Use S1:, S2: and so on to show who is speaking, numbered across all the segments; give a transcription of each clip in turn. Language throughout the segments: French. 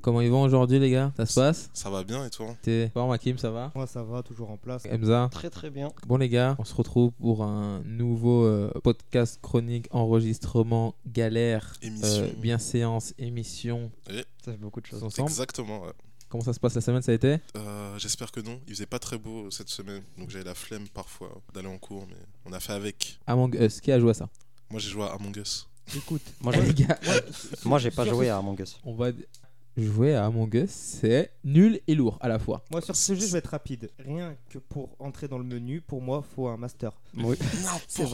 S1: Comment ils vont aujourd'hui, les gars Ça se passe
S2: Ça va bien et toi
S1: T'es forme, Hakim, ça va
S3: Moi, ça va, toujours en place.
S1: Emza
S3: Très très bien.
S1: Bon, les gars, on se retrouve pour un nouveau euh, podcast chronique, enregistrement, galère,
S2: Émission.
S1: bienséance, émission.
S3: Ça fait beaucoup de choses.
S1: ensemble.
S2: Exactement. ouais.
S1: Comment ça se passe la semaine Ça a été
S2: Euh, J'espère que non. Il faisait pas très beau euh, cette semaine, donc j'avais la flemme parfois hein, d'aller en cours, mais on a fait avec.
S1: Among Us, qui a joué à ça
S2: Moi j'ai joué à Among Us.
S3: Écoute,
S4: Moi,
S1: Eh,
S4: j'ai-
S1: les gars,
S4: Moi, j'ai pas joué à Among Us.
S1: on va d- jouer à Among Us, c'est nul et lourd à la fois.
S3: moi sur ce sujet, je vais être rapide. Rien que pour entrer dans le menu, pour moi, faut un master.
S4: C'est vrai.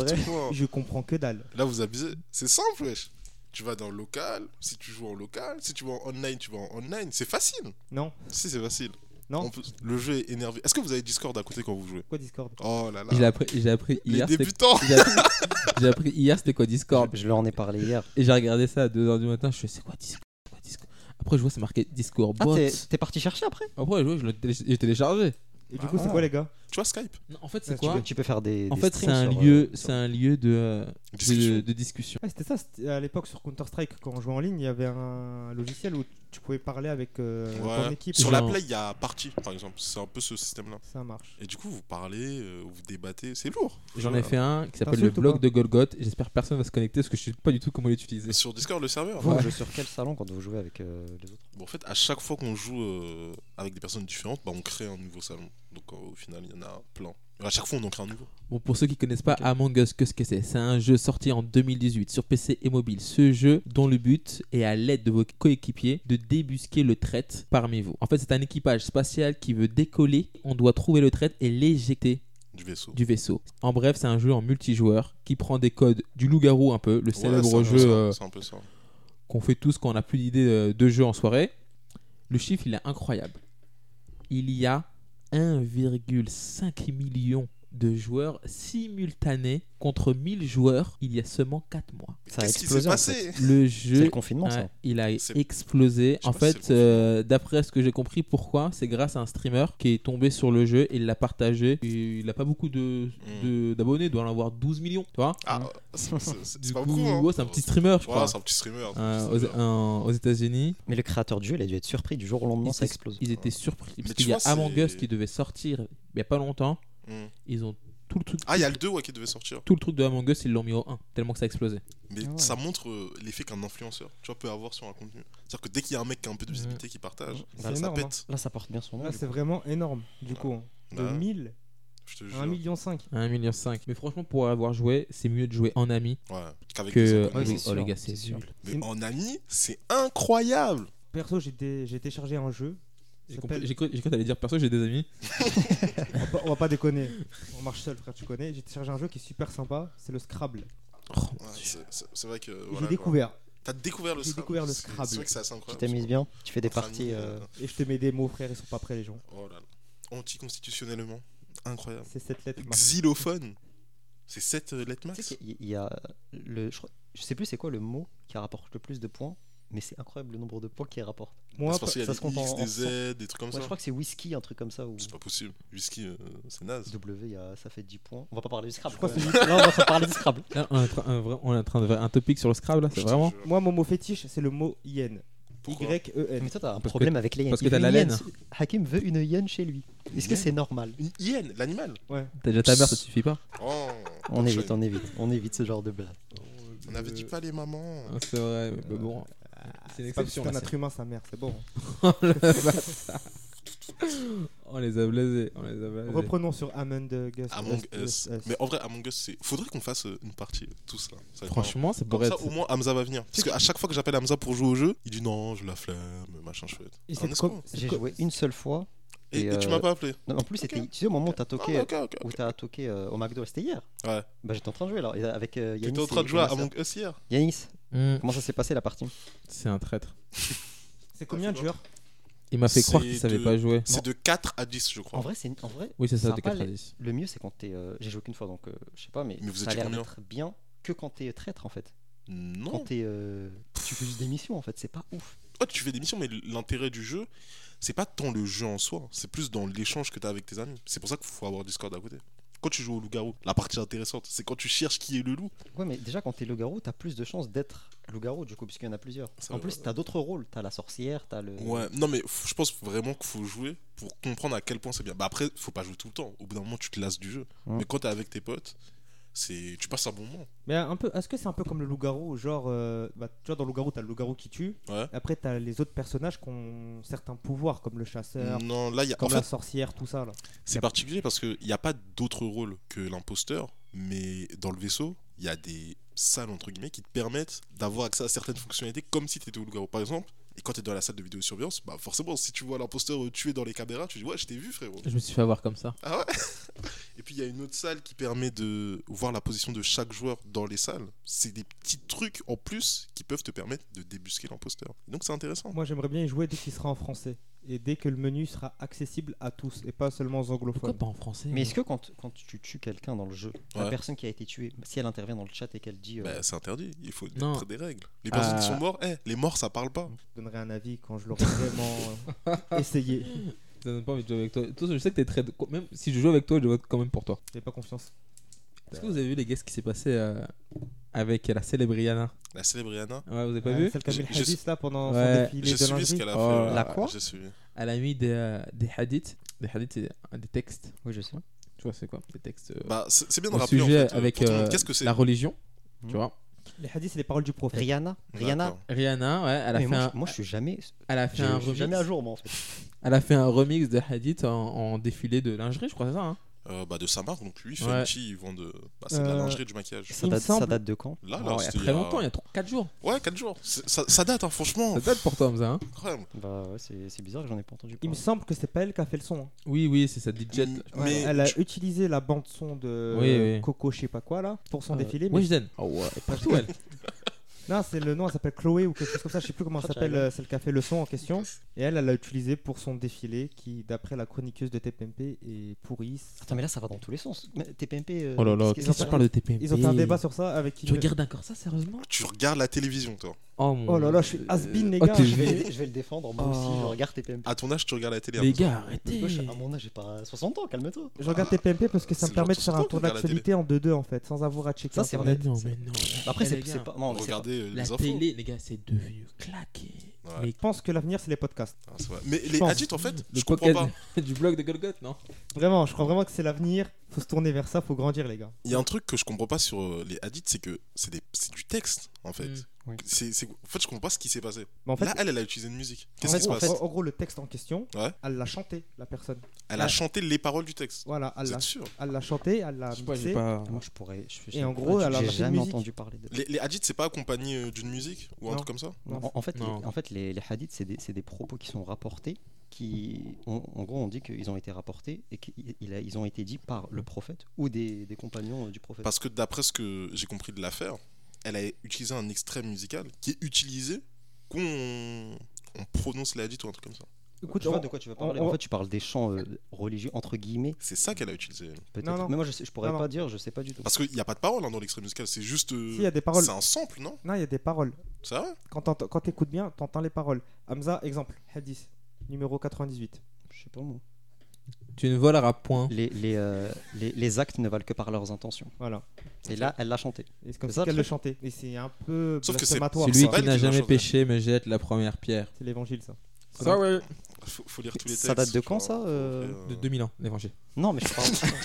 S2: N'importe quoi.
S3: Je comprends que dalle.
S2: hein. Là vous abusez. C'est simple, wesh. Tu vas dans le local, si tu joues en local, si tu vas en online, tu vas en online. C'est facile.
S3: Non
S2: Si c'est facile.
S3: Non.
S2: On peut- Le jeu est énervé. Est-ce que vous avez Discord à côté quand vous jouez
S3: Quoi Discord
S2: Oh là là.
S1: J'ai appris, j'ai appris
S2: Les
S1: hier, c'était-
S2: débutants.
S1: j'ai appris- j'ai appris hier, c'était quoi Discord
S4: Je, je leur en ai parlé hier.
S1: Et j'ai regardé ça à 2h du matin, je fais c'est quoi Discord, C'est quoi Discord Après je vois c'est marqué Discord
S4: Ah,
S1: bot.
S4: t'es- t'es parti chercher après
S1: Après je vois je l'ai télé- j'ai téléchargé.
S3: Et du coup, c'est
S4: Ah.
S3: quoi les gars
S2: Tu vois Skype
S1: Non, en fait
S3: Ah,
S1: c'est
S3: tu
S4: tu
S1: quoi
S4: peux, tu peux faire des.
S1: En
S4: des
S1: fait c'est
S4: streams
S1: un
S4: sur,
S1: lieu,
S4: euh,
S1: c'est un lieu de, euh, de,
S2: Discussion.
S1: de discussion.
S3: Ah, c'était ça, c'était à l'époque sur Counter-Strike, quand on jouait en ligne, il y avait un logiciel où tu pouvais parler avec euh, ton
S2: Ouais.
S3: équipe.
S2: Sur la
S1: Genre-
S2: play, il y a partie par exemple. C'est un peu ce système-là.
S3: Ça marche.
S2: Et du coup, vous parlez, euh, vous débattez, c'est lourd.
S1: J'en ai fait un qui s'appelle le
S3: T'insultes ou
S1: blog
S3: pas
S1: de Golgoth. J'espère personne va se connecter parce que je sais pas du tout comment l'utiliser.
S2: Sur Discord, le serveur.
S4: Vous,
S1: Ouais.
S4: vous jouez sur quel salon quand vous jouez avec euh, les autres
S2: Bon, en fait, à chaque fois qu'on joue euh, avec des personnes différentes, bah, on crée un nouveau salon. Donc euh, au final, il y en a plein. À chaque fois, on en crée un nouveau.
S1: Bon, pour ceux qui connaissent pas Among Us, que ce que c'est C'est un jeu sorti en 2018 sur PC et mobile. Ce jeu dont le but est à l'aide de vos coéquipiers de débusquer le traître parmi vous. En fait, c'est un équipage spatial qui veut décoller. On doit trouver le traître et l'éjecter
S2: Du vaisseau.
S1: du vaisseau. En bref, c'est un jeu en multijoueur qui prend des codes du loup-garou un peu, le
S2: Ouais,
S1: célèbre
S2: c'est un peu
S1: jeu
S2: ça,
S1: euh,
S2: C'est un peu ça.
S1: qu'on fait tous quand on n'a plus d'idée euh, de jeu en soirée. Le chiffre, il est incroyable. Il y a 1,5 million de joueurs simultanés contre 1000 joueurs il y a seulement 4 mois.
S4: Ça a
S2: Qu'est-ce qui
S4: explosé.
S2: s'est
S4: en
S2: passé
S4: fait.
S1: Le
S4: C'est
S1: jeu,
S4: le confinement,
S1: a-
S4: ça.
S1: il a
S2: C'est-
S1: explosé.
S2: Je sais
S1: En
S2: pas si c'est le
S1: fait,
S2: confinement.
S1: euh, d'après ce que j'ai compris, pourquoi C'est grâce à un streamer qui est tombé sur le jeu et il l'a partagé. Et il n'a pas beaucoup d'abonnés,
S2: Mm.
S1: de, d'abonnés, il doit en avoir 12 millions, tu vois
S2: Ah, euh, c'est c'est- c'est
S1: Du
S2: pas
S1: coup,
S2: beaucoup. hein.
S1: ouais, c'est un petit streamer, je
S2: Ouais,
S1: crois.
S2: c'est un petit streamer. c'est un
S1: Euh,
S2: petit
S1: aux,
S2: streamer.
S1: en- aux États-Unis,
S4: Mais le créateur du jeu, il a dû être surpris du jour au lendemain,
S1: Ils
S4: ça
S1: étaient-
S4: explose.
S1: ils étaient surpris. Parce
S2: tu
S1: qu'il y a
S2: vois,
S1: Among
S2: c'est-
S1: Us qui devait sortir il y a pas longtemps.
S2: Mm.
S1: Ils ont tout le truc,
S2: Ah, il y a le 2 ouais, qui devait sortir.
S1: tout le truc de Among Us, ils l'ont mis au 1, tellement que ça a explosé.
S2: Mais
S4: Ah ouais.
S2: ça montre euh, l'effet qu'un influenceur tu vois, peut avoir sur un contenu. C'est-à-dire que dès qu'il y a un mec qui a un peu de visibilité qui partage,
S3: C'est
S2: ça, ça
S3: énorme,
S2: pète.
S4: Là, ça porte bien son nom.
S3: Là,
S4: du
S3: c'est
S4: coup.
S3: vraiment énorme, du coup. hein. De
S2: Bah,
S3: 1000
S2: Je te
S3: à 1,5
S2: jure.
S3: million.
S1: 1,5 million. Mais franchement, pour avoir joué, c'est mieux de jouer en ami
S2: Ouais, qu'avec des
S1: que.
S2: inconnus.
S4: Ouais, c'est
S1: oh les
S4: sûr,
S1: gars, c'est
S4: c'est sûr.
S1: nul.
S2: Mais en ami, c'est incroyable.
S3: Perso, j'ai dé- j'ai téléchargé un jeu.
S1: J'ai
S3: Ça
S1: compris-
S3: s'appelle-
S1: j'ai cru j'ai cru que t'allais dire perso, j'ai des amis.
S3: On va, pas, on va pas déconner. On marche seul, frère, tu connais. J'ai téléchargé un jeu qui est super sympa. C'est le Scrabble.
S1: Oh,
S2: Ouais,
S1: mon Dieu.
S2: c'est- c'est c'est vrai que.
S3: Et
S2: voilà,
S3: j'ai
S2: quoi.
S3: découvert.
S2: T'as découvert le
S3: J'ai
S2: Scrabble.
S3: découvert le
S2: C'est-
S3: Scrabble.
S2: C'est vrai que c'est assez
S4: Tu
S2: incroyable.
S4: t'amuses bien, tu fais des
S2: Entre amis,
S4: parties.
S2: euh,
S4: euh,
S3: Et je te mets des mots, frère. Ils sont pas prêts, les gens.
S2: Oh là là. Anticonstitutionnellement. Incroyable.
S3: C'est cette lettre. Marc.
S2: Xylophone. C'est cette euh, lettre
S4: Tu
S2: max
S4: sais qu'il y a le, je, crois- je sais plus c'est quoi le mot qui rapporte le plus de points, mais c'est incroyable le nombre de points qu'il rapporte.
S3: Moi,
S2: C'est parce qu'il y a
S4: ça
S2: des
S4: se compte
S2: X,
S4: en-
S2: des Z, des trucs comme
S4: Ouais, je
S2: ça.
S4: crois que c'est whisky, un truc comme ça, ou
S2: C'est pas possible. Whisky, euh, c'est naze.
S4: W, il y a- ça fait 10 points. On va pas parler du Scrabble.
S3: Je crois que
S4: quand même. Non, on va pas parler du Scrabble.
S1: Là, on est en train- Ah, un vrai- on est en train de faire un topic sur le Scrabble là, c'est vraiment.
S3: moi, mon mot fétiche, c'est le mot yen.
S2: Pourquoi
S3: Y-E-N.
S4: Mais toi, t'as un
S1: que-
S4: problème avec les hyènes.
S1: parce que
S4: Il
S1: t'as
S4: veut
S1: la
S4: une hyène.
S1: laine.
S4: Hakim veut une hyène chez lui. Est-ce que
S2: Hyène
S4: c'est normal
S2: Une hyène, l'animal.
S1: T'as déjà ta mère, ça suffit pas.
S2: Oh,
S4: On
S2: enchaîne.
S4: évite, on évite, on évite ce genre de blague.
S2: On n'avait dit pas les mamans.
S1: Ah, C'est vrai, mais bah bon. C'est une
S3: C'est pas parce que
S1: exception.
S3: c'est un
S1: là,
S3: être humain, sa mère, c'est bon.
S1: Oh On les a blasés. On les a blasés.
S3: Reprenons sur Among Us.
S2: Among Us. Mais en vrai, Among Us, c'est. Faudrait qu'on fasse euh, une partie, euh, tous là. Ça va être
S1: Franchement, ça
S2: marrant.
S1: pourrait
S2: Comme ça,
S1: être.
S2: au moins Hamza va venir. Parce qu'à chaque fois que j'appelle Hamza pour jouer au jeu, il dit non, je la flemme, machin chouette.
S3: Et
S2: Un
S3: c'est
S2: escroc.
S3: comme- c'est
S4: J'ai
S3: co-
S4: joué une seule fois.
S2: Et,
S4: Et,
S2: et tu
S4: euh,
S2: m'as pas appelé.
S4: Non, en plus,
S2: Ok.
S4: c'était. Tu sais, au moment où t'as toqué,
S2: Ah, ok, ok,
S4: où
S2: ok.
S4: t'as toqué euh, au McDo, c'était hier.
S2: Ouais.
S4: Bah, j'étais en train de jouer là. et Avec euh, Yanis.
S2: T'étais en
S4: et-
S2: train de
S4: et
S2: jouer à
S4: ma sœur.
S2: Among Us hier.
S4: Yanis,
S1: Mmh,
S4: comment ça s'est passé la partie
S1: C'est un traître.
S3: c'est combien de joueurs
S1: Il m'a fait
S2: C'est
S1: croire qu'il savait
S2: de-
S1: pas jouer.
S2: C'est de 4 à 10, je crois.
S4: En vrai, c'est en vrai.
S1: Oui, c'est ça,
S4: Ça
S1: de
S4: a pas
S1: 4 à
S4: l'air-
S1: 10.
S4: Le mieux, c'est quand t'es. euh, J'ai joué qu'une fois, donc euh, je sais pas, mais,
S2: Mais vous
S4: ça a
S2: étiez
S4: l'air
S2: combien
S4: d'être bien que quand t'es traître en fait. Quand
S2: non.
S4: t'es. euh, tu fais juste des missions en fait, c'est pas ouf.
S2: Toi, tu fais des missions, mais l'intérêt du jeu, c'est pas tant le jeu en soi, c'est plus dans l'échange que t'as avec tes amis. C'est pour ça qu'il faut avoir Discord à côté. quand tu joues au loup-garou, la partie intéressante, c'est quand tu cherches qui est le loup.
S4: Ouais, mais déjà, quand t'es loup-garou, t'as plus de chances d'être loup-garou, du coup, puisqu'il y en a plusieurs.
S2: Ça
S4: En
S2: va.
S4: plus, t'as d'autres rôles. T'as la sorcière, t'as le.
S2: Ouais, non mais f- je pense vraiment qu'il faut jouer pour comprendre à quel point c'est bien. Bah après, faut pas jouer tout le temps. Au bout d'un moment, tu te lasses du jeu.
S4: Ouais.
S2: Mais quand t'es avec tes potes, c'est tu passes un bon moment.
S3: Mais un peu, est-ce que c'est un peu comme le loup-garou Genre, euh, bah, tu vois, dans le loup-garou, t'as le loup-garou qui tue.
S2: Ouais.
S3: Après, t'as les autres personnages qui ont certains pouvoirs, comme le chasseur,
S2: Non, là, il Mm. Ah, y a... en
S3: comme
S2: fait,
S3: la sorcière, tout ça. Là.
S2: C'est particulier parce qu'il n'y a pas d'autre rôle que l'imposteur, mais dans le vaisseau, il y a des salles entre guillemets qui te permettent d'avoir accès à certaines fonctionnalités comme si tu étais au loup-garou par exemple. Et quand tu es dans la salle de vidéosurveillance, bah forcément, si tu vois l'imposteur euh, tué dans les caméras, tu dis ouais, je t'ai vu frérot.
S1: Je me suis fait avoir comme ça.
S2: Ah ouais Et puis il y a une autre salle qui permet de voir la position de chaque joueur dans les salles. C'est des petits trucs en plus qui peuvent te permettre de débusquer l'imposteur. Donc c'est intéressant.
S3: Moi, j'aimerais bien y jouer dès qu'il sera en français. Et dès que le menu sera accessible à tous, et pas seulement aux
S1: Pourquoi
S3: anglophones.
S1: pas en français hein
S4: Mais est-ce que quand, quand tu tues quelqu'un dans le jeu, la
S2: Ouais.
S4: personne qui a été tuée, si elle intervient dans le chat et qu'elle dit. euh,
S2: Bah, c'est interdit, il faut des,
S1: Non.
S2: des règles. Les personnes qui
S1: Euh.
S2: sont mortes, eh, les morts ça parle pas.
S3: Je donnerai un avis quand je l'aurai vraiment euh, essayé.
S1: Ça donne pas envie de jouer avec toi. Toi, je sais que t'es très. Même si je joue avec toi, je vote quand même pour toi.
S3: J'ai pas confiance.
S1: Est-ce que vous avez vu les gars ce qui s'est passé euh, avec la célèbre Rihanna
S2: La célèbre Rihanna,
S1: Ouais, vous avez pas
S3: Euh,
S1: vu
S3: Celle qui a mis
S2: J'ai-
S3: le
S2: j'ai-
S3: hadith là pendant
S1: Ouais.
S3: son défilé
S2: J'ai
S3: de
S2: suivi ce
S3: lingerie.
S2: qu'elle a fait.
S1: Oh,
S2: ouais.
S4: la quoi
S2: J'ai suivi.
S1: Elle a mis des, euh, des hadiths. Des hadiths, c'est un des textes.
S4: Oui, je sais.
S1: Tu vois, c'est quoi Des textes. euh,
S2: Bah, c'est c'est bien de
S1: au
S2: rappeler.
S1: sujet
S2: en fait, euh,
S1: avec
S2: pour tout le
S1: euh,
S2: monde. Qu'est-ce que c'est
S1: la religion.
S4: Mhm.
S1: Tu vois
S3: Les hadiths, c'est les paroles du prophète.
S4: Rihanna. Rihanna.
S2: D'accord.
S1: Rihanna, ouais, elle a
S4: Mais
S1: fait
S4: moi,
S1: un.
S4: je, moi, je suis jamais.
S1: Elle a
S4: je-
S1: fait un
S4: je suis jamais
S1: remix.
S4: à jour, moi, en fait.
S1: Elle a fait un remix de Hadith en, en défilé de lingerie, je crois, c'est ça. hein
S2: Euh, bah, de sa marque, donc lui,
S1: Ouais.
S2: Fenty, ils vendent de... bah, c'est de la
S3: Euh,
S2: lingerie, du maquillage.
S4: Ça
S3: me
S4: date, ça
S3: semble-
S4: date de quand
S1: Oh,
S2: Là, là,
S1: il y a
S2: Ah c'était
S1: très longtemps, il y a 4 jours.
S2: Ouais, 4 jours. C'est- Ça, ça date, hein, franchement.
S1: Ça date pour toi, Hamza. hein
S2: Incroyable.
S4: Bah ouais, c'est c'est bizarre que j'en ai pas entendu
S3: Il me
S4: parler.
S3: semble que c'est pas elle qui a fait le son. hein.
S1: oui, oui, c'est ça, DJ.
S2: Mm,
S3: Ouais,
S2: Mais
S3: elle a
S2: tu-
S3: utilisé la bande son de
S1: Oui, oui.
S3: Coco, je sais pas quoi là, pour son
S4: Euh,
S3: défilé. Mais
S1: Weshden. Oh ouais, elle est partout elle.
S3: non, c'est le nom, elle s'appelle Chloé ou quelque chose comme ça. Je sais plus comment elle
S4: Ah,
S3: s'appelle,
S4: j'arrive.
S3: euh, celle qui a fait le son en question. Et elle, elle l'a utilisé pour son défilé qui, d'après la chroniqueuse de TPMP, est pourri.
S4: Attends, mais là, ça va dans tous les sens. Mais TPMP. euh,
S1: Oh là là, qu'est-ce
S4: qu'est-ce
S1: que
S4: qu'ils
S1: tu
S4: ont
S1: parles de TPMP
S3: Ils ont fait un débat sur ça avec.
S1: Tu regardes encore ça, sérieusement
S2: tu regardes la télévision, toi.
S1: Oh, mon...
S3: Oh là là, je suis has-been, les
S1: oh,
S3: gars.
S1: t'es-
S4: Je vais, je vais le défendre, moi aussi,
S3: Oh.
S4: je regarde TPMP.
S2: À ton âge, tu regardes la télé.
S1: Les
S2: hein.
S1: gars,
S4: Mais
S1: arrêtez.
S4: moi, je- à mon âge, j'ai pas 60 ans, calme-toi.
S3: Je regarde TPMP parce que ça
S2: C'est
S3: me
S2: le
S3: permet de
S2: genre
S3: faire
S2: de
S3: un
S2: truc
S3: tour
S2: qu'on regarde à la
S3: d'actualité en 2-2 en fait, sans avoir à checker
S4: Ça, c'est
S3: internet.
S1: Mais non, mais non.
S3: Bah,
S4: Après,
S1: Eh,
S4: c'est
S1: les
S4: c'est
S1: gars,
S4: pas. Non, c'est pas-
S2: Regardez euh, les
S1: La
S2: infos.
S1: télé, les gars, c'est devenu claqué.
S2: Ouais.
S3: Je pense que l'avenir c'est les podcasts.
S2: Ah, c'est vrai. Mais les
S3: pense.
S2: adultes, en fait,
S1: Le
S2: je comprends
S1: podcast
S2: pas.
S1: du blog de Golgoth, non
S3: Vraiment, je crois vraiment que c'est l'avenir. Faut se tourner vers ça, faut grandir les gars.
S2: Il y a un truc que je comprends pas sur euh, les adultes, c'est que c'est des... c'est du texte, en fait.
S1: Mm.
S4: Oui.
S2: C'est- c'est- En fait, je comprends pas ce qui s'est passé.
S3: Mais en fait,
S2: Là, elle, elle a utilisé une musique. Qu'est-ce
S3: en,
S2: qui se
S3: gros, en
S2: passe
S3: fait- en gros, le texte en question,
S2: Ouais.
S3: elle l'a chanté, la personne.
S2: Elle a
S3: Ouais.
S2: chanté les paroles du texte.
S3: Voilà, elle
S2: Vous
S3: l'a
S2: êtes sûr
S3: elle l'a chanté, elle l'a
S1: Je sais pas,
S3: mixé.
S1: j'ai pas.
S4: Moi, je pourrais. je- je-
S3: Et en gros, elle a
S4: j'ai
S3: fait de
S4: jamais
S3: musique.
S4: entendu parler de.
S2: Les, les hadiths, c'est pas accompagné euh, d'une musique ou un
S3: Non.
S2: truc comme ça
S3: Non,
S4: En, en fait, les,
S1: Non.
S4: en fait, les, les hadiths, c'est des, c'est des propos qui sont rapportés, qui, on- en gros, on dit qu'ils ont été rapportés et qu'ils ont été dits par le prophète ou des, des compagnons euh, du prophète.
S2: Parce que d'après ce que j'ai compris de l'affaire, elle a utilisé un extrait musical qui est utilisé quand on, on prononce les hadiths ou un truc comme ça.
S3: Écoute,
S4: je vois
S3: on-
S4: de quoi tu veux
S3: on-
S4: parler.
S3: on-
S4: En fait, tu parles des chants euh, religieux, entre guillemets,
S2: C'est ça qu'elle a utilisé. elle.
S3: Non, non.
S4: peut-être. Mais moi, je, sais- je pourrais
S3: Non, non.
S4: pas dire, je sais pas du tout.
S2: Parce qu'il n'y a pas de paroles hein, dans l'extrait musical, c'est juste. euh,
S3: Si, il y a des paroles.
S2: C'est un sample, non
S3: Non, il y a des paroles.
S2: C'est vrai
S3: Quand t'ent- quand t'écoutes bien, t'entends les paroles. Hamza, exemple, hadith, numéro 98.
S4: Je sais pas moi.
S1: Tu ne voleras point.
S4: Les, les, euh, les, les actes ne valent que par leurs intentions.
S3: Voilà.
S4: Et là, elle l'a chanté.
S3: Et c'est comme
S4: C'est
S3: ça
S4: ça,
S3: qu'elle
S4: très-
S3: le chantait. Et c'est un peu
S2: Sauf que c'est-
S3: blasphématoire.
S1: Celui
S2: ça.
S1: qui
S2: Elle
S1: n'a
S2: qui l'a
S1: jamais
S2: chanté.
S1: péché me jette la première pierre.
S3: C'est l'évangile, ça.
S1: Sorry.
S2: faut, faut lire tous les textes.
S4: Ça date de
S2: je
S4: quand,
S2: crois.
S4: ça,
S2: Faut
S4: euh,
S2: ouvrir, euh,
S1: De 2000 ans, l'évangile.
S4: Non, mais je parle,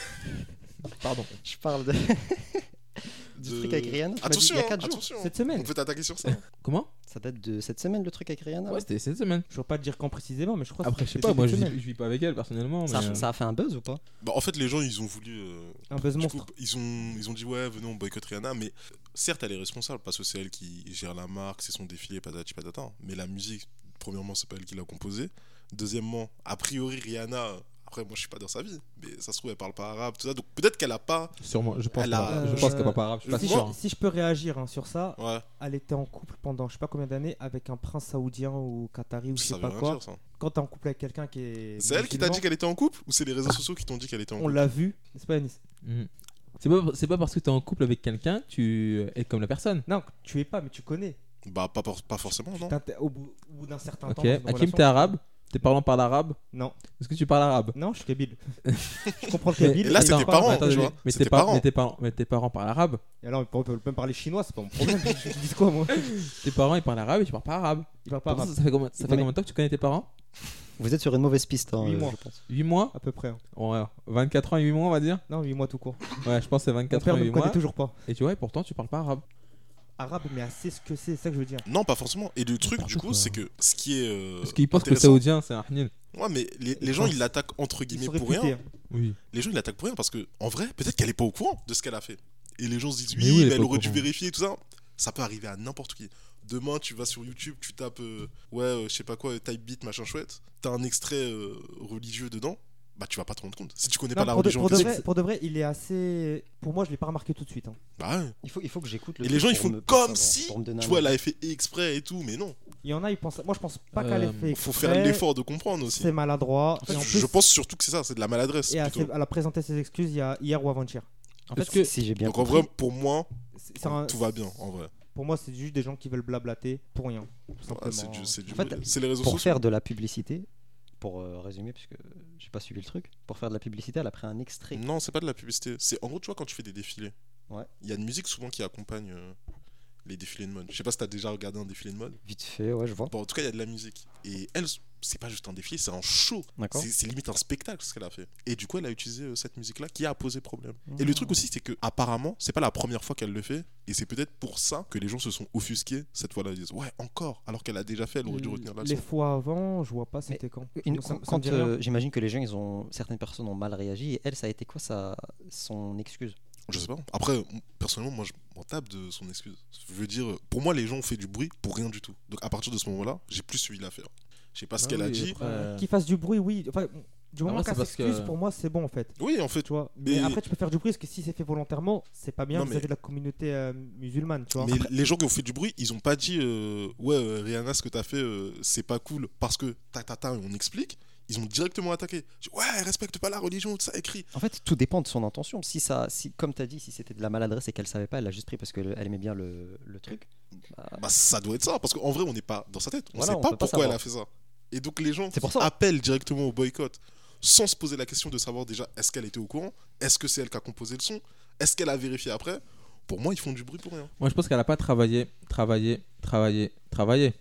S1: Pardon.
S4: je parle de- du
S2: de-
S4: truc avec Rihanna. tu m'as dit
S2: Attention, hein,
S4: il y a 4 jours.
S2: attention.
S3: Cette semaine.
S2: On peut t'attaquer sur ça.
S1: Comment
S3: Ah
S4: Ça date de cette semaine, le truc avec Rihanna.
S1: Ouais,
S4: là
S1: c'était cette semaine.
S3: Je veux pas te dire quand précisément, mais je crois que
S1: Après, je sais
S3: c'était
S1: pas, moi je
S3: cette
S1: vis,
S3: semaine.
S1: je vis pas avec elle personnellement.
S4: ça, a-
S1: mais, euh,
S4: ça a fait un buzz ou pas
S2: Bah, en fait, les gens, ils ont voulu. euh,
S3: Un buzz
S2: Du
S3: monstre.
S2: coup, ils ont, ils ont dit ouais, venez, on boycotte Rihanna, mais certes, elle est responsable parce que c'est elle qui gère la marque, c'est son défilé, patati patata. Mais la musique, premièrement, c'est pas elle qui l'a composée. Deuxièmement, a priori, Rihanna, euh, après, moi je suis pas dans sa vie, mais ça se trouve, elle parle pas arabe, tout ça, donc peut-être qu'elle a pas.
S1: Sûrement, je pense
S2: Elle a-
S1: pas. Je
S3: Euh,
S1: pense qu'elle parle pas arabe, je suis pas
S3: si,
S1: sûr. hein.
S3: je, si je peux réagir hein, sur ça,
S2: Ouais,
S3: elle était en couple pendant je sais pas combien d'années avec un prince saoudien ou qatari ou je
S2: ça
S3: sais
S2: veut
S3: pas
S2: rien
S3: quoi.
S2: dire ça.
S3: Quand t'es en couple avec quelqu'un qui est.
S2: C'est elle qui t'a
S3: musulman,
S2: dit qu'elle était en couple ou c'est les réseaux sociaux qui t'ont dit qu'elle était en
S3: On
S2: couple
S3: l'a vu, n'est-ce pas, Yanis
S1: Mhm. C'est pas, c'est pas parce que t'es en couple avec quelqu'un que tu es comme la personne.
S3: Non, tu es pas, mais tu connais.
S2: Bah, pas, por- pas forcément, non
S3: T'inté- Au bout, au bout d'un certain
S1: Ok,
S3: temps. dans une
S1: Hakim,
S3: relation,
S1: t'es arabe T'es parlant par l'arabe
S3: Non,
S1: Est-ce que tu parles arabe
S3: non, je suis kabyle. je comprends le
S1: Mais-
S3: kabyle.
S2: Et là,
S3: et
S2: c'est
S1: Attends,
S2: tes
S3: j'en
S2: parents,
S3: parle.
S1: attends,
S2: tu vois.
S1: mais- mais
S2: C'est
S1: tes
S2: tes
S1: par-
S2: parents.
S1: mais tes parents- Mais tes parents parlent arabe
S3: Et alors, ils peuvent même parler chinois, c'est pas mon problème. je dis quoi, moi
S1: Tes parents ils parlent arabe et tu parles pas arabe.
S3: Ils parlent pas
S1: Pourtant,
S3: arabe,
S1: Ça fait combien, ça fait
S4: Ouais.
S1: combien de temps que tu connais tes parents
S4: Vous êtes sur une mauvaise piste, hein,
S3: Huit
S4: euh,
S3: mois.
S4: je pense.
S1: 8 mois
S3: à peu près. hein.
S1: Ouais, 24 ans et 8 mois on va dire
S3: Non, 8 mois tout court.
S1: Ouais, je pense que c'est
S3: Mon
S1: 24
S3: père
S1: ans
S3: ne
S1: et 8
S3: me connaît
S1: mois.
S3: toujours pas.
S1: Et tu vois, et pourtant tu parles pas arabe.
S3: Arabe, mais assez ce que c'est, c'est ça que je veux dire.
S2: Non, pas forcément. Et le truc,
S1: N'importe
S2: du coup,
S1: quoi.
S2: c'est que ce qui est. euh,
S1: Parce qu'ils pensent que le
S2: intéressant-
S1: saoudien c'est un hnil.
S2: Ouais, mais les, les
S3: Ils
S2: gens,
S3: pensent-
S2: ils l'attaquent entre
S3: Ils
S2: guillemets
S3: sont
S2: pour
S3: réputés.
S2: rien.
S3: hein.
S1: Oui.
S2: Les gens, ils l'attaquent pour rien parce que, en vrai, peut-être qu'elle est pas au courant de ce qu'elle a fait. Et les gens se disent,
S1: Mais
S2: oui,
S1: oui, elle est
S2: mais
S1: pas
S2: elle
S1: au
S2: aurait dû
S1: courant.
S2: vérifier et tout ça. Ça peut arriver à n'importe qui. Demain, tu vas sur YouTube, tu tapes, euh, ouais, euh, je sais pas quoi, euh, type beat, machin chouette. T'as un extrait euh, religieux dedans. Bah, tu vas pas te rendre compte. Si tu connais
S3: Non,
S2: pas la
S3: pour, de,
S2: religion, en
S3: pour de
S2: question.
S3: vrai, pour de vrai, il est assez. Pour moi, je l'ai pas remarqué tout de suite. hein.
S2: Bah ouais.
S4: Il faut, il faut que j'écoute le
S2: Et les
S4: truc
S2: gens, ils
S4: pour
S2: font
S4: me- pour
S2: comme
S4: savoir,
S2: si,
S4: pour me donner
S2: tu
S4: un
S2: vois, elle
S4: avis.
S2: avait fait exprès et tout, mais non.
S3: Il y en a, ils pensent. Moi, je pense pas qu'à l'effet.
S1: Euh,
S3: fait.
S2: Faut faire
S3: exprès,
S2: l'effort de comprendre aussi.
S3: C'est maladroit.
S2: En fait,
S3: et en
S2: je
S3: plus,
S2: pense surtout que c'est ça, c'est de la maladresse.
S3: et à,
S2: plutôt.
S3: ses- elle a présenté ses excuses il y a, hier ou avant-hier.
S1: En fait,
S4: Parce
S1: ce que,
S4: que si j'ai bien
S2: Donc en
S4: compris,
S2: vrai, pour moi,
S3: C'est- c'est un-
S2: tout va bien. En vrai,
S3: Pour moi, c'est juste des gens qui veulent blablater pour rien. tout
S2: Ouais, Ah, c'est
S3: simplement.
S2: du- c'est du-
S4: En fait,
S2: c'est les réseaux
S4: pour
S2: sociaux.
S4: faire de la publicité, pour euh, résumer, puisque j'ai pas suivi le truc, pour faire de la publicité, elle a pris un extrait.
S2: Non, c'est pas de la publicité. C'est en gros, tu vois, quand tu fais des défilés,
S4: Ouais.
S2: il y a une musique souvent qui accompagne euh, les défilés de mode. Je sais pas si t'as déjà regardé un défilé de mode.
S4: Vite fait, ouais, je vois.
S2: Bon, en tout cas, il y a de la musique. Et elle, c'est pas juste un défilé, c'est un show.
S4: D'accord.
S2: C'est c'est limite un spectacle ce qu'elle a fait. Et du coup, elle a utilisé euh, cette musique-là qui a posé problème.
S4: Mmh.
S2: Et le truc aussi, c'est que apparemment, c'est pas la première fois qu'elle le fait. Et c'est peut-être pour ça que les gens se sont offusqués cette fois-là. Ils disent ouais, encore. Alors qu'elle a déjà fait, elle aurait dû retenir la
S3: Les
S2: leçon.
S3: fois avant, je vois pas c'était quand.
S4: Une-
S3: Donc, ça- ça me
S4: quand
S3: dit rien.
S4: euh, j'imagine que les gens, ils ont certaines personnes ont mal réagi. Et elle, ça a été quoi sa son excuse
S2: Je sais pas. Après, m- personnellement, moi, je m'en tape de son excuse. Je veux dire, euh, pour moi, les gens ont fait du bruit pour rien du tout. Donc à partir de ce moment-là, j'ai plus suivi l'affaire. Je sais pas ce
S1: Ah
S2: qu'elle a
S1: oui,
S2: dit.
S1: après- Euh,
S3: Qu'il fasse du bruit, oui. Enfin, du moment
S1: Après, Ah c'est
S3: qu'elle
S1: parce que-
S3: s'excuse, pour moi, c'est bon en fait.
S2: Oui, en fait.
S3: Tu vois.
S2: Mais-
S3: Mais... après, tu peux faire du bruit parce que si c'est fait volontairement, c'est pas bien
S2: Non,
S3: vis-à-vis
S2: mais-
S3: de la communauté euh, musulmane, tu vois.
S2: Mais les gens qui ont fait du bruit, ils ont pas dit euh, ouais euh, Rihanna ce que t'as fait euh, c'est pas cool parce que ta ta ta et on explique. Ils ont directement attaqué. Ils disent, Ouais, elle respecte pas la religion, tout ça écrit.
S4: En fait, tout dépend de son intention. Si ça, si comme t'as dit, si c'était de la maladresse et qu'elle savait pas, elle l'a juste pris parce qu'elle aimait bien le, le truc.
S2: Bah ça doit être ça parce qu'en vrai on n'est pas dans sa tête. On
S4: Voilà,
S2: sait
S4: on
S2: pas
S4: peut pas
S2: pourquoi elle
S4: savoir.
S2: a fait ça. Et donc les gens
S4: C'est pour ça.
S2: appellent directement au boycott sans se poser la question de savoir déjà est-ce qu'elle était au courant, est-ce que c'est elle qui a composé le son, est-ce qu'elle a vérifié après. Pour moi ils font du bruit pour rien.
S1: moi je pense qu'elle a pas travaillé, travaillé, travaillé, travaillé.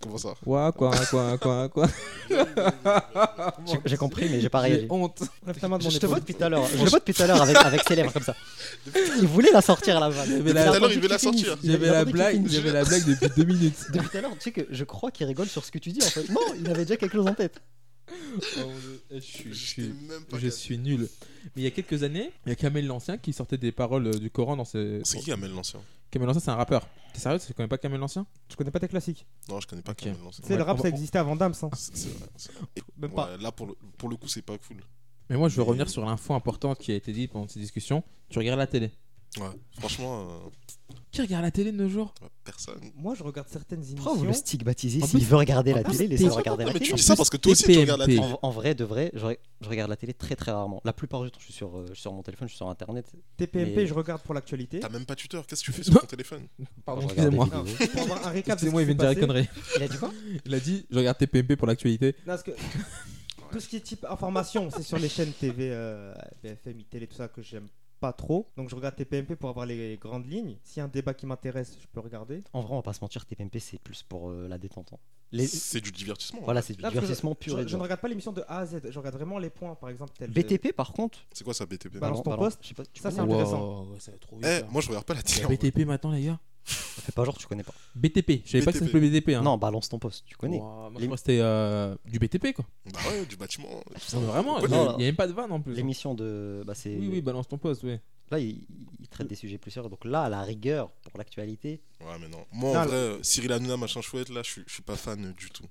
S2: Comment ça
S1: Ouah, quoi, hein, quoi, quoi, quoi.
S4: J'ai- J'ai compris, mais j'ai pas
S1: J'ai
S4: réagi.
S1: honte.
S3: Lève ta main devant
S4: Je
S3: les
S4: te vois
S3: potes.
S4: depuis tout à l'heure. Je le vois depuis tout à l'heure avec, avec ses lèvres comme ça. Il voulait la sortir à la vanne.
S1: J'avais
S4: Il
S1: la-
S4: a
S1: Tout
S2: à l'heure,
S4: attendu
S2: il veut la
S4: qu'il finisse.
S2: sortir.
S4: Il a
S1: J'avais la
S4: attendu qu'il
S1: blague,
S4: finisse.
S1: j'avais la blague depuis 2 minutes.
S4: Depuis tout à l'heure, tu sais que je crois qu'il rigole sur ce que tu dis en fait. Non, il avait déjà quelque chose en tête.
S1: Oh Eh, je
S2: Je
S1: suis,
S2: sais même pas.
S1: je suis nul. Mais il y a quelques années, il y a Kamel l'Ancien qui sortait des paroles euh, du Coran dans ses.
S2: C'est qui Amel l'ancien
S1: Kamel l'Ancien, c'est un rappeur. T'es sérieux Tu connais pas Kamel l'Ancien
S3: Je connais pas tes classiques.
S2: Non je connais pas
S1: Ok.
S2: Amel l'ancien.
S3: Tu sais,
S1: Ouais,
S3: le
S1: on
S3: rap,
S1: va-
S3: ça existait avant Dams. hein.
S2: C'est- c'est vrai, c'est vrai. Et-
S3: Même pas.
S2: ouais, là, pour le, pour le coup, c'est pas cool.
S1: Mais moi, je veux
S2: Mais-
S1: revenir sur l'info importante qui a été dite pendant ces discussions. Tu regardes la télé.
S2: Ouais. Franchement, euh,
S1: Qui regarde la télé de nos jours
S2: ouais, personne.
S3: Moi, je regarde certaines
S4: Pourquoi vous le
S3: émissions.
S4: stigmatisez
S1: En
S4: S'il
S1: plus-
S4: veut regarder la
S1: plus,
S4: télé,
S1: t'es-
S4: laissez-le regarder
S2: Non,
S4: la
S2: mais
S4: télé.
S2: tu dis
S1: En
S2: ça
S1: plus,
S2: parce que toi aussi, tu regardes la
S1: TPMP.
S2: télé.
S4: En, en vrai, de vrai, je, re- je regarde la télé très très rarement. La plupart du temps, je suis sur, euh, je suis sur mon téléphone, je suis sur internet.
S3: TPMP,
S4: Mais-
S3: je regarde pour l'actualité.
S2: T'as même pas Twitter, qu'est-ce que tu fais sur ton téléphone
S1: Pardon,
S4: Je regarde des
S1: excusez-moi.
S4: vidéos.
S3: Non, Pour avoir un récap de ce
S1: Excusez-moi,
S3: qui
S1: il vient de
S3: s'est
S1: dire une
S3: passé.
S1: connerie.
S4: Il a dit quoi
S1: Il a dit Je regarde TPMP pour l'actualité.
S3: Non, parce que tout ce qui est type information, c'est sur les chaînes TV, euh, BFM, ITL et tout ça que j'aime pas trop. Donc je regarde TPMP pour avoir les grandes lignes. S'il y a un débat qui m'intéresse, je peux regarder.
S4: En vrai, on va pas se mentir, TPMP c'est plus pour euh, la détente. hein. Les...
S2: C'est du divertissement.
S4: Voilà, c'est du
S3: Là, parce que
S4: divertissement
S3: Je,
S4: pur et
S3: je ne
S4: dur.
S3: regarde pas l'émission de A à Z, je regarde vraiment les points, par exemple. Tel
S4: BTP par contre,
S2: C'est quoi ça, BTP
S3: Bah, Balance ton poste.
S4: je sais pas, tu
S3: Ça,
S4: connais
S3: c'est intéressant.
S1: ça va trop hein.
S2: Eh, moi, je regarde pas la télé.
S4: Bah,
S2: en vrai.
S1: BTP maintenant, les gars
S4: pas. Fais pas genre, tu connais pas.
S1: BTP, je savais pas que ça
S2: BTP.
S1: s'appelait BTP. Hein.
S4: Non, balance ton poste, tu connais.
S1: Ouah, moi, je
S4: Les-
S1: crois que c'était euh, du BTP quoi.
S2: Bah ouais, du bâtiment.
S1: Non, mais vraiment,
S2: on
S1: il
S2: connaît.
S1: n'y a
S4: Non, là.
S1: même pas de vanne en plus.
S4: L'émission de. Bah, c'est...
S1: Oui, oui, balance ton poste, ouais.
S4: Là, il, il traite des sujets plus sérieux. Donc là, à la rigueur, pour l'actualité,
S2: Ouais, mais non. Moi, en
S3: Non,
S2: vrai, euh, Cyril Hanouna, machin chouette, là, je suis- je suis pas fan euh, du tout.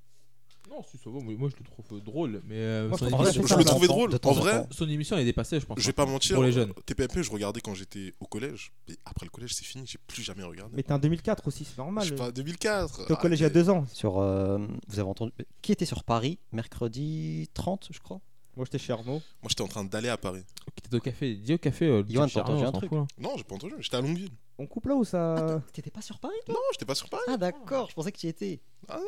S1: Non, si ça va, mais moi je le trouve euh, drôle. Mais euh,
S3: Moi, je
S1: son,
S3: trouve- en vrai,
S1: émission,
S2: Je
S3: ça,
S2: le
S3: de
S2: trouvais
S4: temps-
S2: drôle.
S4: de temps
S2: En
S4: en
S2: vrai,
S4: temps.
S1: son émission, elle est dépassée, je pense.
S2: je vais pas mentir.
S1: Pour les
S2: euh,
S1: jeunes.
S2: TPMP, je regardais quand j'étais au collège. Mais après le collège, c'est fini, j'ai plus jamais regardé.
S3: Mais t'es en 2004 aussi, c'est
S2: Je
S3: normal.
S2: sais pas, 2004.
S3: T'es au collège il y a
S2: arrêtez.
S3: deux ans.
S4: sur. euh, vous avez entendu. Qui était sur Paris mercredi 30, je crois
S3: Moi j'étais chez Arnaud.
S2: Moi, j'étais en train d'aller à Paris.
S1: Qui était au café, dis au café. Euh,
S4: Johan,
S1: Jack
S4: t'as entendu
S1: Charnot,
S4: un
S1: on s'en
S4: truc
S1: fout, hein.
S2: Non, j'ai pas entendu, j'étais à Longueville.
S3: On coupe là ou ça. Ah,
S4: T'étais pas sur Paris
S2: Non, j'étais pas sur Paris.
S4: Ah, d'accord, je pensais que tu y étais.
S2: Ah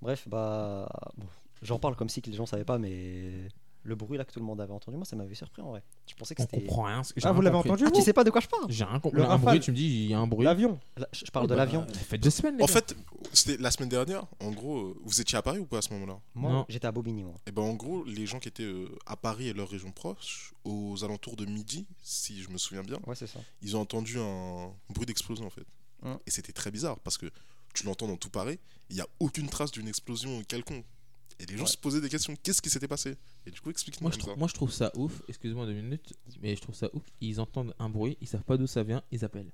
S4: Bref, bah. bon, J'en parle comme si que les gens savaient pas, mais le bruit là que tout le monde avait entendu, moi ça m'avait surpris en vrai. Je pensais que
S1: On
S4: c'était.
S1: comprend rien. ce que- j'ai
S3: Ah, vous
S1: rien
S3: l'avez
S1: compris.
S3: entendu
S4: Ah,
S3: vous
S4: tu sais pas de quoi je parle
S1: J'ai rien compris.
S3: Le
S1: Un bruit,
S3: rafale.
S1: tu me dis, il y a un bruit.
S3: L'avion.
S4: Là, Je je parle
S1: Oh,
S4: de
S1: bah,
S4: l'avion.
S1: Ça fait deux semaines. les
S2: En
S1: gars.
S2: fait, c'était la semaine dernière. En gros, euh, vous étiez à Paris ou pas à ce moment-là
S1: Non.
S4: Moi, j'étais à Bobigny, moi.
S2: Et ben en gros, les gens qui étaient euh, à Paris et leur région proche, aux alentours de midi, si je me souviens bien,
S4: Ouais, c'est ça.
S2: ils ont entendu un bruit d'explosion en fait.
S4: Hein.
S2: Et c'était très bizarre parce que tu l'entends dans tout Paris, il n'y a aucune trace d'une explosion quelconque. Et les gens
S4: Ouais.
S2: se posaient des questions, qu'est-ce qui s'était passé Et du coup, explique-nous
S1: Moi je,
S2: comme ça.
S1: trouve, moi je trouve ça ouf, excuse-moi deux minutes, mais je trouve ça ouf. Ils entendent un bruit, ils savent pas d'où ça vient, ils appellent.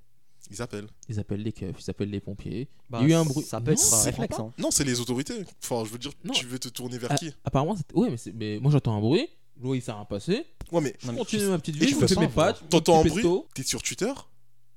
S2: Ils appellent.
S1: Ils appellent les keufs, ils appellent les pompiers.
S4: Bah,
S1: Il y a eu un bruit.
S4: Ça peut
S1: Non,
S4: être un
S1: c'est
S4: réflexe.
S1: pas.
S4: hein.
S2: Non, c'est les autorités. Enfin, je veux dire,
S1: Non.
S2: tu veux te tourner vers
S1: Ah.
S2: qui
S1: Apparemment, c'était- ouais, mais, c'est- mais moi j'entends un bruit, je vois il s'est rien passé.
S2: Ouais, mais
S1: Je
S4: Non, mais
S1: continue
S4: tu-
S1: ma petite
S2: Et
S1: vie,
S2: tu
S1: je
S2: fais
S1: fais
S2: ça,
S1: mes pattes. mon
S2: t'entends un
S1: petit
S2: bruit,
S1: pesto.
S2: t'es sur Twitter,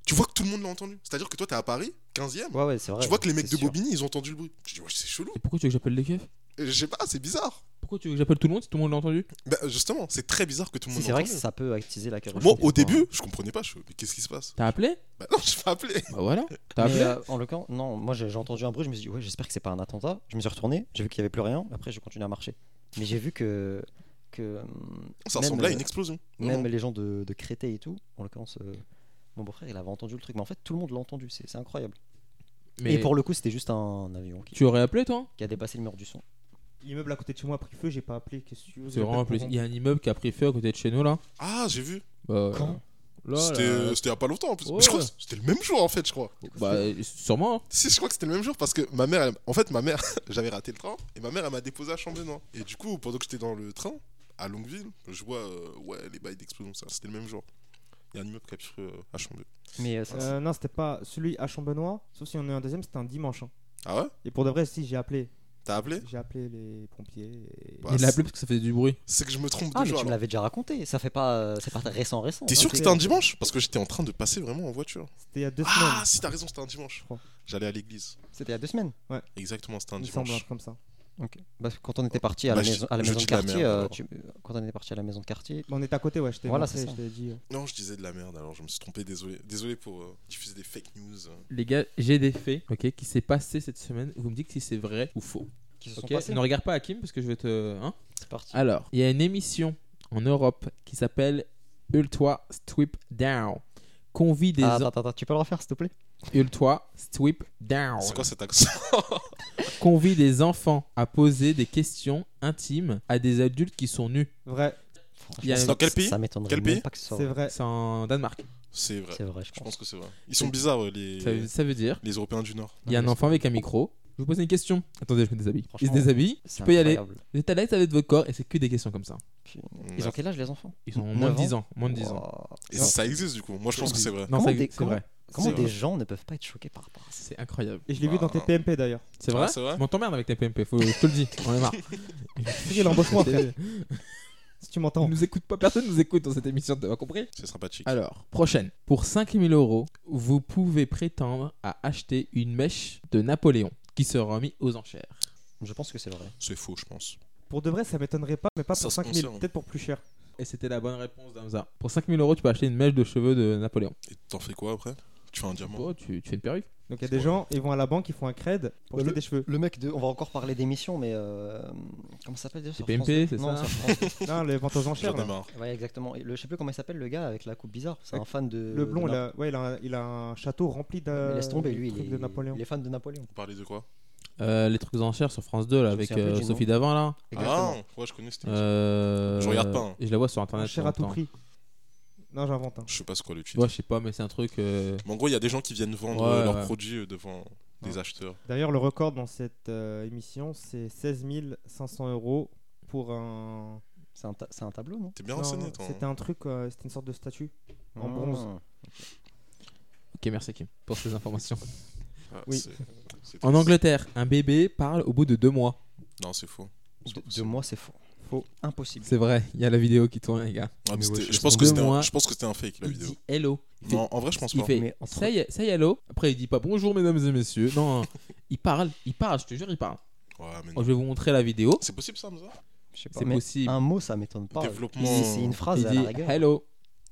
S2: tu vois que tout le monde l'a entendu. C'est-à-dire que toi, t'es à Paris, 15ème.
S4: Ouais, ouais, c'est vrai.
S2: tu vois que les mecs
S4: c'est
S2: de
S4: sûr.
S2: Bobigny, ils ont entendu le bruit. Je dis, ouais, c'est chelou.
S1: Et pourquoi tu veux que j'appelle les keufs
S2: Et Je sais pas, c'est bizarre.
S1: Pourquoi tu veux que j'appelle tout le monde si tout le monde l'a entendu
S2: Bah, justement, c'est très bizarre que tout le
S4: Si,
S2: monde
S4: c'est
S2: ait
S4: vrai que
S2: entendu.
S4: ça peut actiser la cage.
S2: Moi, au début, je comprenais pas. Je fais, mais qu'est-ce qui se passe
S1: T'as appelé
S2: Bah non, je vais appeler.
S1: Bah voilà, t'as
S4: Mais,
S1: appelé
S4: euh, en le cas, non, moi j'ai j'ai entendu un bruit, je me suis dit, ouais, j'espère que c'est pas un attentat. Je me suis retourné, j'ai vu qu'il y avait plus rien, après je continue à marcher. Mais j'ai vu que. que hum,
S2: Ça
S4: Même,
S2: ressemblait à
S4: euh,
S2: une explosion.
S4: même
S2: Vraiment.
S4: les gens de, de Créteil et tout, en l'occurrence, euh, mon beau-frère, il avait entendu le truc. Mais en fait, tout le monde l'a entendu, c'est c'est incroyable.
S1: Mais
S4: Et pour le coup, c'était juste un avion qui,
S1: tu aurais appelé toi
S4: qui a dépassé le mur du son.
S3: L'immeuble à côté de chez moi a pris feu, j'ai pas appelé. Qu'est-ce que tu veux
S1: C'est vraiment plus. Il y a un immeuble qui a pris feu à côté de chez nous là.
S2: Ah, j'ai vu.
S1: Bah,
S4: Quand
S1: là, là,
S2: C'était euh, c'était il y a pas longtemps en plus.
S1: Ouais.
S2: Mais je crois que c'était le même jour en fait, je crois.
S1: Bah sûrement. hein.
S2: Si, je crois que c'était le même jour parce que ma mère, elle- en fait, ma mère, j'avais raté le train et ma mère, elle m'a déposé à Chambénois. Et du coup, pendant que j'étais dans le train à Longueville, je vois euh, ouais, les bails d'explosion, ça. C'était le même jour. Il y a un immeuble qui a pris feu, euh, à Chambénois.
S4: Mais euh, ça-
S3: Euh, non, c'était pas celui à Champenois, sauf si on a eu un deuxième, c'était un dimanche. hein.
S2: Ah ouais
S3: Et pour de vrai, si j'ai appelé,
S2: T'as appelé
S3: j'ai appelé les pompiers. et-
S2: Bah,
S1: Il l'a appelé parce que ça faisait du bruit.
S2: C'est que je me trompe
S4: Ah,
S2: de
S4: mais
S2: jour.
S4: tu me
S2: alors.
S4: l'avais déjà raconté, ça fait pas. euh, C'est pas récent, récent.
S2: T'es
S4: hein.
S2: sûr que
S3: c'est-
S2: c'était un dimanche Parce que j'étais en train de passer vraiment en voiture.
S3: C'était il y a deux
S2: Ah,
S3: semaines,
S2: si t'as raison, c'était un dimanche.
S3: je crois.
S2: J'allais à l'église.
S4: C'était il y a deux semaines.
S2: Exactement, c'était un
S3: Il me semble, un
S2: dimanche.
S3: truc comme ça.
S4: Ok. Bah, quand on était parti à
S2: Bah,
S4: la
S2: je-
S4: maison, à la
S2: je
S4: maison
S2: dis
S4: de
S2: de la
S4: quartier,
S2: merde,
S4: euh,
S2: alors.
S4: tu- quand on était parti à la maison de quartier,
S3: Mais on était à côté, ouais, je t'ai
S4: Voilà,
S3: montré,
S4: c'est ça.
S3: je t'ai dit. euh,
S2: Non, je disais de la merde alors, je me suis trompé, désolé. Désolé pour euh, diffuser des fake news. euh.
S1: Les gars, j'ai des faits ok, qui s'est passé cette semaine. Vous me dites si c'est vrai ou faux.
S4: qui se
S1: ok
S4: sont passés.
S1: ne regarde pas Hakim parce que je vais te. hein.
S4: C'est parti.
S1: Alors, il y a une émission en Europe qui s'appelle Ultra Strip Down. Convie des.
S4: Ah, attends, attends, attends, tu peux le refaire s'il te plaît
S1: Ultra Strip Down.
S2: C'est quoi cet accent
S1: Convie des enfants à poser des questions intimes à des adultes qui sont nus.
S3: Vrai,
S1: Il y a-
S4: Franchement,
S2: Dans quel
S4: ça-
S2: pays
S4: Ça m'étonnerait
S2: Quel
S4: même
S2: pays
S4: pas que ce soit.
S3: c'est vrai.
S1: C'est en Danemark.
S2: C'est vrai.
S4: C'est vrai, je
S2: Je
S4: pense.
S2: pense que c'est vrai. Ils sont bizarres, euh, les,
S1: Ça, veut- ça veut dire
S2: les Européens du Nord.
S1: il y a un enfant avec un micro. Je vous pose une question. Attendez, je me déshabille. Il se
S4: Franchement,
S1: déshabille.
S4: Tu
S1: peux y aller. Vous êtes à l'aise avec votre corps et c'est que des questions comme ça.
S4: Ils ont quel âge les enfants
S1: Ils ont
S4: Neuf
S1: moins de
S4: ans
S1: 10 ans. Moins de 10 ans.
S4: Wow.
S2: Et ça existe du coup. Moi, je pense que c'est vrai.
S1: Non,
S4: Comment
S1: ça-
S4: des-
S1: c'est vrai.
S4: Comment
S2: C'est
S4: des
S2: vrai.
S4: gens ne peuvent pas être choqués par rapport à ça
S1: C'est incroyable.
S3: Et je l'ai vu dans tes
S2: Bah.
S3: PMP d'ailleurs.
S1: C'est
S2: Ah,
S1: vrai
S2: c'est vrai
S1: Je m'entends merde avec tes PMP, faut, je te le dis, on est marre.
S3: Cyril, embauche-moi, frère. Si tu
S1: On
S3: m'entends.
S1: nous écoute pas, personne nous écoute dans cette émission, t'as compris
S2: C'est sympathique.
S1: Alors, prochaine. Pour 5000 euros, vous pouvez prétendre à acheter une mèche de Napoléon qui sera mise aux enchères.
S4: Je pense que c'est vrai.
S2: C'est faux, je pense.
S3: Pour de vrai, ça m'étonnerait pas, mais pas
S2: Ça
S3: pour
S2: se
S3: 5000,
S2: consomme.
S3: peut-être pour plus cher.
S1: Et c'était la bonne réponse d'Amza. Pour 5000 euros, tu peux acheter une mèche de cheveux de Napoléon.
S2: Et t'en fais quoi après Tu fais un diamant
S1: Oh, tu, tu fais une perruque
S3: Donc il y a des gens, ils vont à la banque, ils font un cred pour
S2: Bah,
S4: Ouais,
S3: acheter des cheveux.
S4: Le mec de. On va encore parler d'émissions, mais. euh, Comment ça s'appelle déjà
S1: C'est
S4: sur
S1: PMP,
S4: France deux
S1: c'est
S4: Non,
S1: ça
S4: sur France deux.
S3: Non, les ventes aux enchères.
S2: J'en ai
S3: là.
S2: marre.
S4: Ouais, exactement. Et le, je sais plus comment il s'appelle le gars avec la coupe bizarre. C'est un fan de.
S3: Le
S2: Euh,
S3: blond,
S4: de
S3: il
S4: Nap-
S3: a, ouais, il, a un, il a un château rempli
S4: Mais
S3: de.
S4: Laisse tomber, lui, il
S3: trucs
S4: est,
S3: de Napoléon.
S4: il est fan de Napoléon.
S2: Vous parlez de quoi
S1: Euh, Les trucs aux enchères sur France 2 là,
S4: Je me
S1: avec
S4: souviens plus
S1: euh,
S4: du nom.
S1: Sophie Davant là.
S2: Ah, ouais, je connais cette émission.
S1: Euh,
S2: Je regarde pas, hein.
S1: et Je la vois sur internet.
S3: Cher
S1: de
S3: à tout
S1: temps en temps.
S3: prix. Non, j'invente. hein.
S2: Je sais pas c'est quoi le titre.
S1: Ouais, je sais pas, mais c'est un truc. euh,
S2: Mais en gros, il y a des gens qui viennent vendre
S1: Ouais,
S2: euh, leurs
S1: ouais.
S2: produits euh, devant des acheteurs.
S3: D'ailleurs, le record dans cette euh, émission, c'est 16 500 euros pour un.
S4: C'est un, ta- c'est un tableau, non Ah.
S2: T'es bien
S3: Non,
S2: renseigné, toi. hein.
S3: C'était un truc, euh, c'était une sorte de statue en bronze.
S1: Ok, merci Kim pour ces informations.
S2: Ah,
S3: oui.
S2: c'est- c'est
S1: En
S2: triste.
S1: Angleterre, un bébé parle au bout de deux mois.
S2: Non, c'est faux.
S4: De, de moi, c'est faux.
S3: Faux.
S4: Impossible.
S1: C'est vrai, il y a la vidéo qui tourne, les gars.
S2: Ah, mais
S4: Mais
S2: c'était-
S4: ouais, je
S2: je, pense
S1: sais.
S2: que c'était
S1: Deux
S2: un,
S1: mois.
S2: je pense que c'était un fake, la
S1: il
S2: vidéo.
S1: dit hello. Il fait,
S2: Non, en vrai, je pense
S1: il
S2: pas.
S1: fait,
S4: Mais entre-
S1: ça, y est, ça y est, hello. Après, il dit pas bonjour, mesdames et messieurs. Non, il parle, il parle, je te jure, il parle.
S2: Ouais, mais non.
S1: Oh, je vais vous montrer la vidéo.
S2: C'est possible ça, Mza
S4: Je sais pas.
S1: C'est
S4: Mais
S1: possible.
S4: Un mot, ça m'étonne pas.
S2: Développement-
S4: C'est c'est une phrase
S1: Il
S4: à la
S1: dit
S4: rigueur.
S1: hello.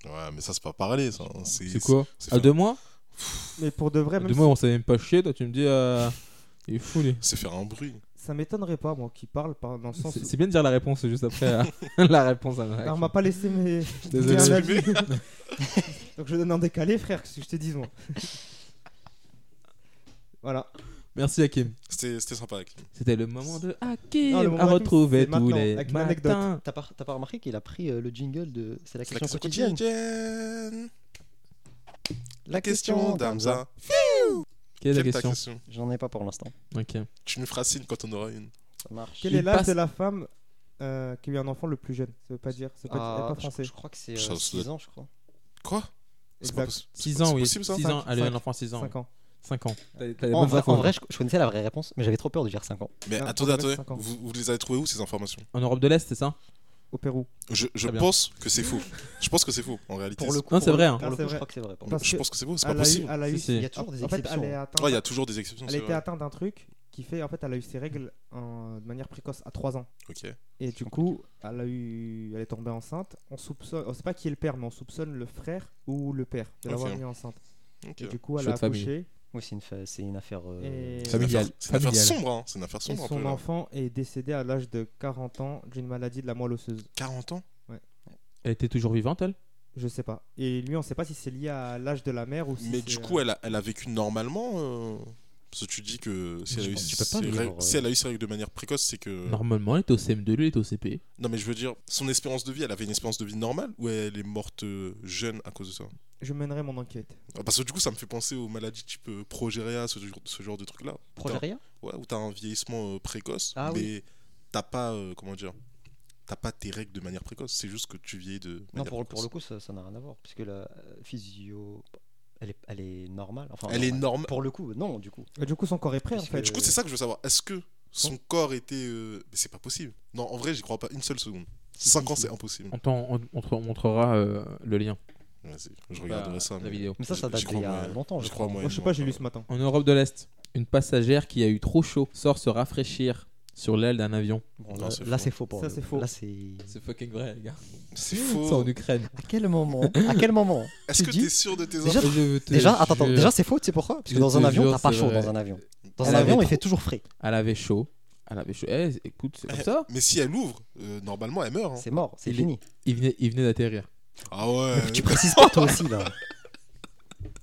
S2: Ouais, mais ça, c'est pas parler, ça. hein.
S1: C'est quoi
S2: c'est
S1: À
S2: faire-
S1: deux mois
S3: Mais pour de vrai,
S1: À
S3: même
S1: Deux mois, on savait même pas chier. Toi, tu me dis. euh, Il est fou, lui.
S2: C'est faire un bruit.
S3: si- Ça m'étonnerait pas, moi, qui parle par- dans le sens.
S1: C'est
S3: où-
S1: c'est bien de dire la réponse juste après euh, la réponse à ma
S3: Alors, on
S1: réaction.
S3: m'a pas laissé mes.
S1: Désolé.
S3: mes avis. Donc, je donne en décalé, frère, qu'est-ce que je te dis, moi. Voilà.
S1: Merci Hakim.
S2: C'était c'était sympa. Hakim.
S1: C'était le moment de
S3: Non, le
S1: Hakim
S3: moment
S1: à
S3: Hakim,
S1: retrouver
S3: c'est
S1: tous
S3: maintenant,
S1: les
S3: avec une anecdote.
S1: matins.
S4: T'as pas, t'as pas remarqué qu'il a pris euh, le jingle de. C'est la
S2: C'est la
S4: question,
S2: question
S4: quotidienne.
S2: quotidienne.
S4: La
S2: Question d'Amza.
S1: Quelle est la
S2: Quelle est ta
S1: question
S2: question
S4: J'en ai pas pour l'instant.
S1: Ok.
S2: Tu nous feras signe quand on aura une.
S4: Ça marche.
S3: Quel
S1: Il
S3: est l'âge
S1: passe-
S3: de la femme euh, qui a eu un enfant le plus jeune Ça veut pas dire. C'est pas,
S4: Ah,
S3: elle est pas
S4: je-
S3: français.
S4: Je, crois que c'est
S2: Ça, ça
S4: 6 ans, je crois.
S2: Quoi C'est pas
S3: Exact.
S2: possi- c'est
S1: 6
S2: pas-
S1: ans,
S2: c'est
S1: oui.
S2: possible, ça
S1: 6 ans, elle a eu
S3: Cinq.
S1: un enfant 6 ans.
S3: 5 ans.
S1: 5 ans. T'as- t'as les
S4: En,
S1: bonnes
S4: vrai-
S1: infos.
S4: en vrai, je, je connaissais la vraie réponse, mais j'avais trop peur de dire 5 ans.
S2: Mais
S3: Ah,
S2: attendez,
S3: on dirait
S2: attendez.
S3: cinq ans.
S2: Vous, vous les avez trouvées où ces informations
S1: En Europe de l'Est, c'est ça
S3: Au Pérou.
S2: Je, je
S1: Très bien.
S2: pense que c'est faux. Je pense que c'est faux en réalité.
S4: Pour le
S2: C'est-
S4: coup,
S1: Non, c'est
S4: pour le-
S1: vrai, hein.
S4: Pour
S3: Ah,
S4: le
S3: c'est
S4: coup, je
S3: vrai.
S4: crois que c'est vrai. pour le
S3: Parce
S2: Je
S3: que
S2: pense que c'est faux. C'est pas
S3: Elle a eu.
S2: possible.
S3: Elle a eu.
S1: Si, si.
S4: coup. Il y a toujours des
S3: En fait,
S4: exceptions.
S3: elle
S2: Ouais,
S3: est
S4: hein.
S3: atteinte-
S2: Il y a toujours des exceptions.
S3: elle
S2: c'est
S3: était
S2: vrai.
S3: atteinte d'un truc qui fait. En fait, elle a eu ses règles en- de manière précoce à 3 ans.
S2: Ok.
S3: Et du coup, elle, a eu... elle est tombée enceinte. On soupçonne. On sait pas qui est le père, mais on soupçonne le frère ou le père de l'avoir
S2: Ok.
S3: mis enceinte.
S2: ok.
S3: Et du coup, elle a
S1: Chouette famille.
S3: accouché.
S4: Oui, c'est une, fa- c'est une affaire. euh,
S3: Et-
S2: C'est une affaire-
S1: Familial.
S2: C'est une affaire
S1: Familial.
S2: sombre. hein. C'est une affaire
S3: Et
S2: sombre un peu.
S3: son
S2: là.
S3: enfant est décédé à l'âge de 40 ans d'une maladie de la moelle osseuse.
S2: 40 ans
S1: Elle était toujours vivante, elle
S3: Je sais pas. Et lui, on sait pas si c'est lié à l'âge de la mère ou si.
S2: Mais
S3: c'est,
S2: du
S3: euh,
S2: coup, elle a, elle a vécu normalement. euh, Parce que tu dis que si
S4: Je
S2: elle, a eu,
S4: pense que tu peux pas
S2: ses
S4: vivre,
S2: règles-
S4: euh.
S2: si elle a eu ses règles de manière précoce, c'est que. Non.
S1: Normalement, elle était au CM2, elle était au E. CP.
S2: mais je veux dire, son espérance de vie, elle avait une espérance de vie normale ou elle est morte euh, jeune à cause de ça
S3: Je mènerai mon enquête.
S2: Ah, Parce que du coup, ça me fait penser aux maladies type euh, progeria, ce, genre- ce genre de truc-là.
S4: Progeria
S2: Ouais, où t'as un vieillissement euh, précoce,
S4: Ah
S2: mais
S4: oui.
S2: t'as pas. euh, comment dire T'as pas tes règles de manière précoce, c'est juste que tu vieillis de
S4: Non,
S2: manière
S4: pour, pour
S2: précoce.
S4: le coup, ça ça n'a rien à voir. Puisque la euh, physio. Elle est, elle est normale. Enfin,
S2: Elle est normale.
S4: Pour le coup, non, du coup.
S3: Et du coup, son corps est prêt en
S4: Puisque-
S3: fait.
S2: Du coup, c'est ça que je veux savoir. Est-ce que son corps était. euh, Mais c'est pas possible. Non, en vrai, j'y crois pas une seule seconde. 5
S1: si,
S2: ans,
S1: si.
S2: c'est impossible.
S1: On, t'en- on, on te montrera euh, le lien.
S2: Vas-y, je regarderai
S1: Bah,
S2: ça.
S1: La
S2: mais-
S1: vidéo.
S4: Mais ça, ça
S2: J'y
S4: date
S2: crois
S4: d'il y a
S2: moyen.
S4: longtemps.
S2: J'y crois, moi.
S3: Moi, je sais pas, j'ai lu ce matin.
S1: En Europe de l'Est, une passagère qui a eu trop chaud sort se rafraîchir sur l'aile d'un avion.
S4: Bon,
S2: Non,
S4: là,
S2: c'est
S4: là,
S2: faux.
S4: c'est faux pour
S3: Ça,
S4: le
S3: c'est
S4: coup.
S3: faux.
S4: Là, c'est.
S1: C'est fucking vrai, les gars.
S2: C'est
S1: C'est en
S2: faux.
S1: Ukraine.
S4: À quel moment À quel moment
S2: Est-ce
S4: Tu
S2: que
S4: dis-
S2: t'es sûr de tes
S4: Déjà-
S2: infos
S1: Je veux te
S4: Déjà, attends, attends,
S1: jure,
S4: déjà c'est faux, tu sais pourquoi Parce
S1: Je
S4: que dans un
S1: te
S4: avion,
S1: jure,
S4: t'as pas
S1: c'est
S4: chaud
S1: vrai.
S4: dans un avion. Dans
S1: Elle
S4: un
S1: avait
S4: avion, il
S1: trop-
S4: fait toujours frais.
S1: Elle avait chaud. Elle avait chaud. Eh, écoute, c'est comme ça.
S2: Mais si elle ouvre, euh, normalement, elle meurt. hein.
S4: C'est mort, c'est
S1: Il est-
S4: fini.
S1: Il venait, il venait d'atterrir.
S2: Ah ouais.
S4: Tu précises pas toi aussi là.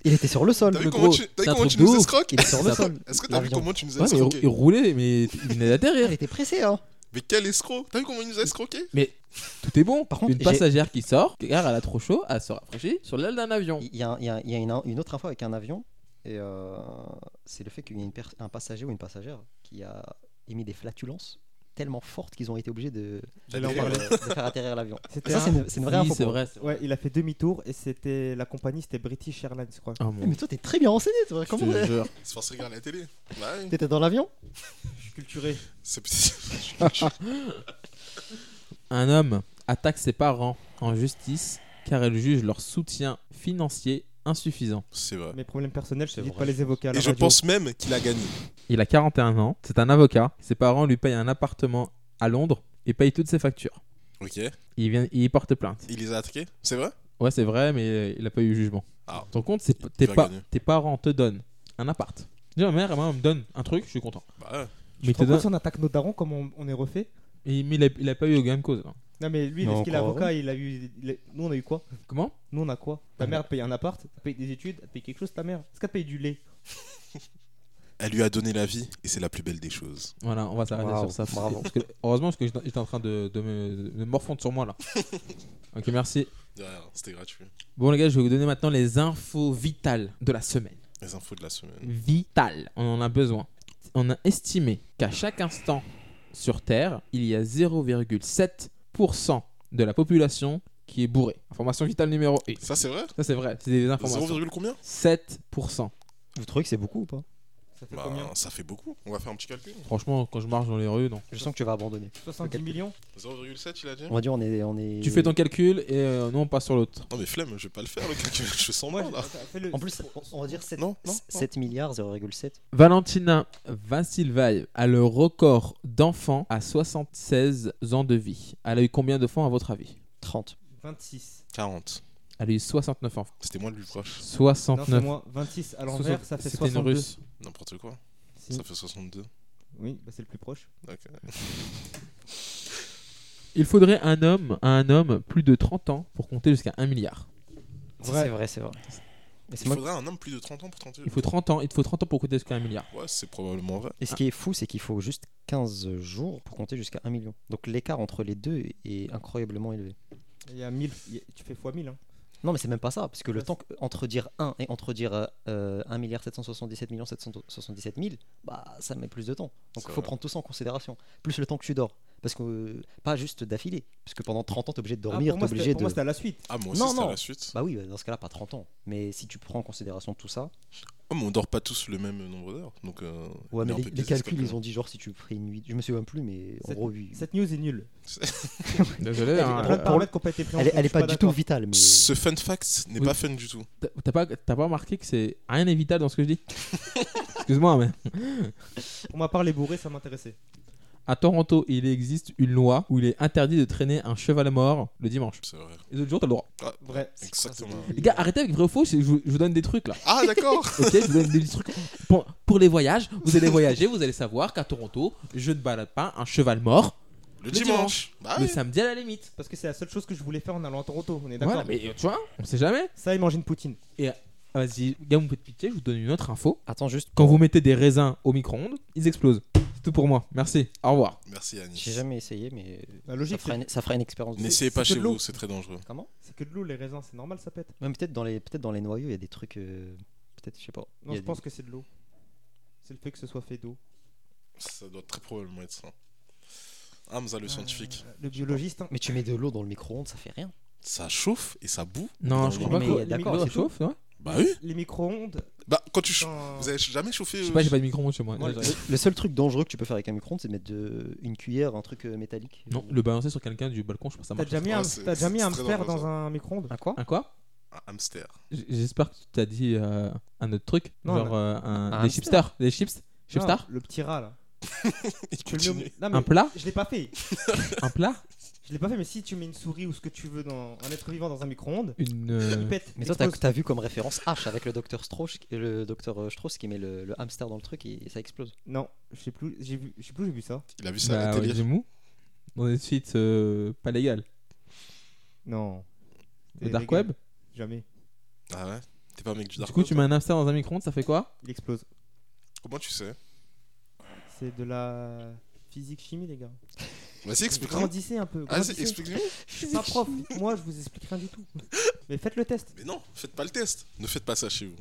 S4: Il était sur le sol,
S2: T'as vu
S4: le
S2: comment
S4: gros.
S2: tu, t'as vu
S1: c'est un
S2: comment
S1: truc
S2: tu
S1: de
S2: nous
S1: ouf.
S2: escroques
S4: Il est sur le
S1: Ça-
S4: sol.
S2: Est-ce que t'as vu
S4: L'avion.
S2: comment tu nous as
S1: Ouais, mais il, il
S2: escroqués
S1: roulait, mais il venait d'atterrir.
S4: Il était pressé, hein.
S2: Mais quel escroc T'as vu comment il nous a escroqués
S1: Mais tout est bon.
S4: Par contre,
S1: une
S4: j'ai-
S1: passagère qui sort, car elle a trop chaud, elle se rafraîchit sur l'aile d'un avion.
S4: Il y a, il y a- il y a une, une autre info avec un avion, et euh, c'est le fait qu'il y a une pers- un passager ou une passagère qui a émis des flatulences tellement fortes qu'ils ont été obligés de,
S3: J'allais en
S4: de faire,
S3: parler.
S4: euh, de faire atterrir l'avion.
S3: C'était
S4: Et ça,
S3: un-
S4: c'est une, c'est une vraie
S1: Oui,
S4: info.
S1: c'est
S4: pour
S1: vrai. c'est vrai.
S3: Ouais, il a fait demi-tour et c'était la compagnie, c'était British Airlines, je crois.
S1: Oh
S4: moi.
S1: mon
S4: Mais toi, t'es très bien renseigné, toi. Comment
S1: Dieu, je te jure.
S2: C'est parce qu'ils regardent la télé. Bah ouais.
S4: T'étais dans l'avion
S3: Je suis culturé.
S2: C'est petit.
S1: Un homme attaque ses parents en justice car elle juge leur soutien financier insuffisant.
S2: C'est vrai.
S3: Mes problèmes personnels, je te
S4: C'est
S3: dis de
S4: vrai.
S3: pas les évoquer à la
S2: Et je
S3: radio.
S2: pense même qu'il a gagné.
S1: Il a 41 ans, c'est un avocat. Ses parents lui payent un appartement à Londres et payent toutes ses factures.
S2: Ok.
S1: Il, vient, il porte plainte.
S2: Il les a attaqués C'est vrai
S1: Ouais, c'est vrai, mais il a pas eu jugement.
S2: Ah.
S1: Ton compte, c'est
S2: Il
S1: tes,
S2: va
S1: pa-
S2: gagner.
S1: tes parents te donnent un appart. Dis, ma mère, elle me donne un truc, je suis content.
S2: Bah ouais.
S1: Mais il, te
S3: Par contre,
S1: donne-
S3: si on attaque nos darons, comme on, on est refait
S1: il- mais il a, il a pas eu gain de cause. hein.
S3: Non, mais lui,
S4: Non,
S3: parce qu'il est
S4: encore
S3: avocat, il a eu. il est- Nous, on a eu quoi
S1: Comment
S3: Nous, on a quoi
S1: Ouais.
S3: Ta mère elle paye un appart, elle paye des études, elle paye quelque chose, ta mère. Est-ce qu'elle paye du lait
S2: Elle lui a donné la vie et c'est la plus belle des choses.
S1: Voilà, on va s'arrêter
S4: Bravo,
S1: sur ça. parce
S4: bravo.
S1: que- parce que- heureusement, parce que j'étais j'étais en train de, de me, de me morfondre sur moi là. ok, merci.
S2: De rien, C'était gratuit.
S1: Bon, les gars, je vais vous donner maintenant les infos vitales de la semaine.
S2: Les infos de la
S1: Mm.
S2: semaine.
S1: Vitales, on en a besoin. On a estimé qu'à chaque instant sur Terre, il y a 0,7% de la population qui est bourrée. Information vitale numéro 1.
S2: Ça, c'est vrai
S1: Ça, c'est vrai, c'est des informations.
S2: 0, combien
S1: 7%.
S4: Vous trouvez que c'est beaucoup ou pas
S3: Ça fait
S2: Bah,
S3: combien
S2: ça fait beaucoup. On va faire un petit calcul.
S1: Franchement, quand je marche dans les rues, non.
S4: Je sens que tu vas abandonner.
S3: 70
S4: calcul.
S3: millions
S2: 0,7, il a dit
S4: On va dire, on est. On est...
S1: Tu fais ton calcul et euh, nous, on passe sur l'autre.
S2: Non, mais flemme, je vais pas le faire le calcul. Je sens
S3: Moi,
S2: mal là.
S3: j'ai- fais le-
S4: En plus, on- on va dire 7,
S2: Non, non,
S4: 7 milliards 0,7.
S1: Valentina Vassilvaille a le record d'enfants à 76 ans de vie. Elle a eu combien de d'enfants à votre avis
S4: 30.
S3: 26.
S2: 40.
S1: Elle a eu 69 enfants.
S2: C'était moi le plus proche.
S3: Non, c'est
S1: 69.
S3: moi. 26 à l'envers, ça fait
S1: C'était une
S3: 62.
S1: russe.
S3: Mm.
S2: N'importe quoi.
S3: Si.
S2: Ça fait 62.
S3: Oui, bah, c'est le plus proche.
S2: Ok.
S1: Il faudrait un homme à un homme plus de 30 ans pour compter jusqu'à 1 milliard.
S4: Ça,
S3: Vrai.
S4: C'est vrai, c'est vrai. Et, c'est
S2: Il
S4: moi-
S2: faudrait un homme plus de 30 ans pour 30
S1: Il faut 30 ans, il te faut 30 ans pour compter jusqu'à 1 milliard.
S2: Ouais, c'est probablement vrai.
S4: et ce qui est fou, c'est qu'il faut juste 15 jours pour compter jusqu'à 1 million. Donc l'écart entre les deux est incroyablement élevé.
S3: Il y a 1000, il y a- tu fais x 1000. Hein.
S4: Non, mais c'est même pas ça, parce que le
S3: Ouais,
S4: temps que- entre dire 1 et entre dire euh, euh, 1 milliard 777 millions 777 000, bah, ça met plus de temps.
S2: C'est
S4: Donc il faut
S2: vrai.
S4: prendre tout ça en considération. Plus le temps que tu dors. Parce que, euh, pas juste d'affilée, parce que pendant 30 ans, t'es obligé de
S3: Ah, pour
S4: dormir, t'es
S3: moi, c'était-
S4: obligé
S3: pour moi,
S4: de.
S3: c'était à la suite.
S2: Ah, moi aussi,
S4: Non,
S2: c'était à
S4: non.
S2: la suite.
S4: Bah oui, bah, dans ce cas-là, pas 30 ans. Mais si tu prends en considération tout ça.
S2: Oh, mais on dort pas tous le même nombre d'heures. Donc, euh, il est
S4: Ouais, mais
S2: un
S4: les,
S2: peu
S4: les
S2: biaisé, ce
S4: calculs, ils
S2: calcul.
S4: ont dit genre si tu pris une nuit. Je me souviens plus, mais en
S3: Sept-
S4: gros, oui.
S3: Cette news est nulle.
S1: Désolé,
S3: Il y a
S1: hein,
S3: plein de
S1: euh,
S3: paramètres qui ont pas été pris en
S4: Elle, est-
S3: compte,
S4: elle
S3: je
S4: est
S3: suis
S4: pas du tout
S3: d'accord.
S4: vitale, mais.
S2: Ce fun fact n'est
S1: Oui.
S2: pas fun du tout.
S1: t'as- t'as pas, t'as pas remarqué que c'est rien d'évitable dans ce que je dis Excuse-moi, mais.
S3: Pour ma part, les bourrés, ça m'intéressait.
S1: À Toronto, il existe une loi où il est interdit de traîner un cheval mort le dimanche.
S2: C'est vrai.
S1: Les autres jours, t'as le droit.
S2: Ah,
S3: Vrai.
S2: exactement.
S1: Les gars, arrêtez avec vrai ou faux, c'est- je vous, je vous donne des trucs là.
S2: Ah, d'accord
S1: Ok, je vous donne des trucs. Pour, pour les voyages, vous allez voyager, vous allez savoir qu'à Toronto, je ne balade pas un cheval mort
S2: Le
S1: dimanche.
S2: dimanche. Bah
S1: le
S2: oui.
S1: samedi à la limite.
S3: Parce que c'est la seule chose que je voulais faire en allant à Toronto, on est d'accord
S1: Voilà, mais tu vois, on sait jamais.
S3: Ça et manger une poutine.
S1: Ah, Vas-y, gars, vous me faites pitié, je vous donne une autre info.
S4: Attends juste.
S1: Quand vous mettez des raisins au micro-ondes, ils explosent. C'est tout pour moi. Merci. Au revoir.
S2: Merci, Annie.
S4: J'ai jamais essayé, mais.
S3: La logique,
S4: ça fera une, ça fera une expérience. de-
S2: N'essayez
S3: C'est
S2: pas
S3: que
S2: chez
S3: de l'eau.
S2: vous, c'est très dangereux.
S4: Comment
S3: C'est que de l'eau, les raisins, c'est normal, ça pète.
S4: Même peut-être dans les peut-être dans les noyaux, il y a des trucs. euh, peut-être, je sais pas. Il
S3: Non,
S4: y
S3: je
S4: a
S3: pense
S4: des-
S3: que c'est de l'eau. C'est le fait que ce soit fait d'eau.
S2: Ça doit très probablement être ça. Hamza, le scientifique.
S3: Euh, Le biologiste, hein.
S4: Mais tu mets de l'eau dans le micro-ondes, ça fait rien.
S2: Ça chauffe et ça boue.
S1: Non,
S2: Dans
S1: je
S2: les
S1: crois pas
S4: mais
S1: que
S4: d'accord,
S1: l'eau
S4: c'est
S1: chauffe, ouais.
S3: Euh,
S2: Bah oui.
S3: les micro-ondes.
S2: Bah, quand tu chauffes.
S3: dans-
S2: Vous avez jamais chauffé
S1: Je sais
S2: euh,
S1: pas, j'ai pas de micro-ondes chez moi.
S3: Moi,
S1: Non,
S3: je-
S4: Le seul truc dangereux que tu peux faire avec un micro-ondes, c'est de mettre de- une cuillère, un truc euh, métallique.
S1: Non, le balancer sur quelqu'un du balcon, je pense que ça
S3: T'as
S1: marche.
S3: déjà mis
S2: Ouais,
S3: un,
S2: Ah, c'est-
S3: t'as déjà mis
S2: c'est
S3: un
S2: très
S3: fer
S2: dangereux,
S3: dans
S2: ça.
S3: un micro-ondes
S4: Un quoi
S1: Un quoi
S2: un hamster.
S1: J- J'espère que tu t'as dit euh, un autre truc.
S3: Non,
S1: genre
S3: non.
S1: euh, un,
S4: Un
S1: des
S4: hamster.
S1: chipsters. Des chips Chipstars
S3: Non, Le petit rat là.
S2: Il
S3: Tu le mets au-
S2: continue.
S3: Non, mais
S1: Un plat
S3: Je l'ai pas fait.
S1: Un plat
S3: Je l'ai pas fait, mais si tu mets une souris ou ce que tu veux dans un être vivant dans un micro-ondes,
S1: Une.
S3: il
S1: euh,
S3: pète.
S4: Mais toi, t'as,
S3: explose.
S4: t'as vu comme référence H avec le docteur Strauss, le docteur euh, Strauss qui met le, le hamster dans le truc et, et ça explose.
S3: Non, je sais plus, j'ai vu, je sais plus, où j'ai vu ça.
S2: Il a vu ça à
S1: Bah,
S2: la
S1: ouais,
S2: télé.
S1: du mou. Dans des sites euh, pas légales.
S3: Non.
S1: Le
S3: Et
S1: dark
S3: les gars,
S1: web.
S3: Jamais.
S2: Ah ouais T'es pas un mec du
S1: Du
S2: dark
S1: coup, tu
S2: web,
S1: mets un hamster dans un micro-ondes, ça fait quoi
S3: Il explose.
S2: toi Comment tu sais
S3: C'est de la physique chimie, les gars.
S2: Bah, si, explique-moi.
S3: Grandissez un peu.
S2: Ah, si,
S3: grandissez.
S2: explique-moi.
S3: Je suis pas prof. Moi, je vous explique rien du tout. Mais faites le test.
S2: Mais non, faites pas le test. Ne faites pas ça chez vous.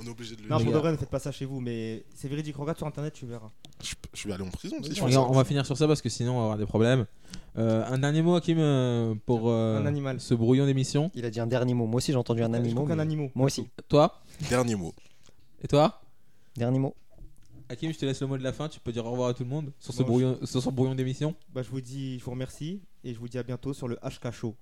S2: On est obligé de le
S3: Non,
S1: Les
S3: pour
S2: dire.
S3: de
S1: gars.
S3: vrai, ne faites pas ça chez vous, mais c'est véridique. Regarde sur internet, tu verras.
S2: Je, je vais aller en prison. si je fais
S1: Regarde,
S2: ça.
S1: on va finir sur ça parce que sinon on va avoir des problèmes. Euh, un dernier mot, Hakim, euh, pour euh,
S3: Un animal.
S1: ce brouillon d'émission.
S4: Il a dit un dernier mot. Moi aussi, j'ai entendu un
S3: Je
S4: animal.
S3: trouve qu'un animal.
S4: Moi aussi.
S1: Toi
S2: Dernier mot.
S1: Et toi
S4: Dernier mot.
S1: Hakim, je te laisse le mot de la fin. Tu peux dire au revoir à tout le monde sur ce
S3: Bon, je-
S1: brouillon, sur ce brouillon d'émission.
S3: Bah, je vous dis, je vous remercie et je vous dis à bientôt sur le HK Show.